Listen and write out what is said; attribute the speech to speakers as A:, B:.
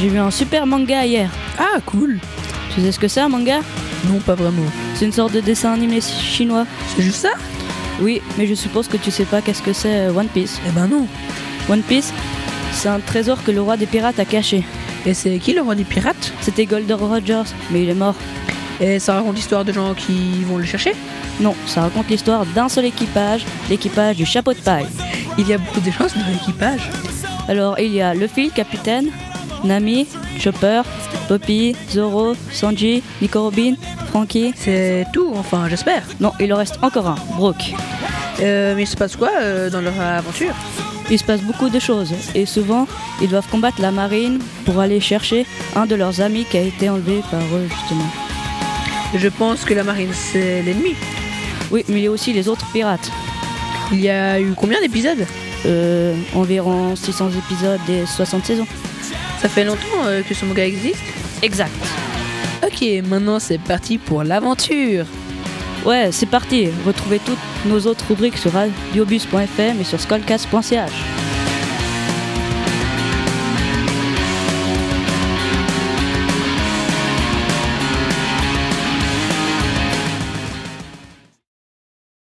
A: J'ai vu un super manga hier.
B: Ah, cool
A: Tu sais ce que c'est un manga
B: Non, pas vraiment.
A: C'est une sorte de dessin animé chinois.
B: C'est juste ça
A: Oui, mais je suppose que tu sais pas qu'est-ce que c'est euh, One Piece.
B: Eh ben non.
A: One Piece, c'est un trésor que le roi des pirates a caché.
B: Et c'est qui le roi des pirates
A: C'était Golden Rogers, mais il est mort.
B: Et ça raconte l'histoire de gens qui vont le chercher
A: Non, ça raconte l'histoire d'un seul équipage, l'équipage du chapeau de paille.
B: Il y a beaucoup de gens dans l'équipage.
A: Alors il y a Luffy, capitaine, Nami, Chopper, Poppy, Zoro, Sanji, Nico Robin, Frankie.
B: C'est tout, enfin, j'espère.
A: Non, il en reste encore un, Brook.
B: Euh, mais il se passe quoi euh, dans leur aventure
A: Il se passe beaucoup de choses et souvent ils doivent combattre la marine pour aller chercher un de leurs amis qui a été enlevé par eux justement.
B: Je pense que la marine, c'est l'ennemi.
A: Oui, mais il y a aussi les autres pirates.
B: Il y a eu combien d'épisodes
A: Euh, environ 600 épisodes et 60 saisons.
B: Ça fait longtemps euh, que ce manga existe.
A: Exact.
B: Ok, maintenant c'est parti pour l'aventure.
A: Ouais, c'est parti. Retrouvez toutes nos autres rubriques sur radiobus.fm et sur skolcast.ch.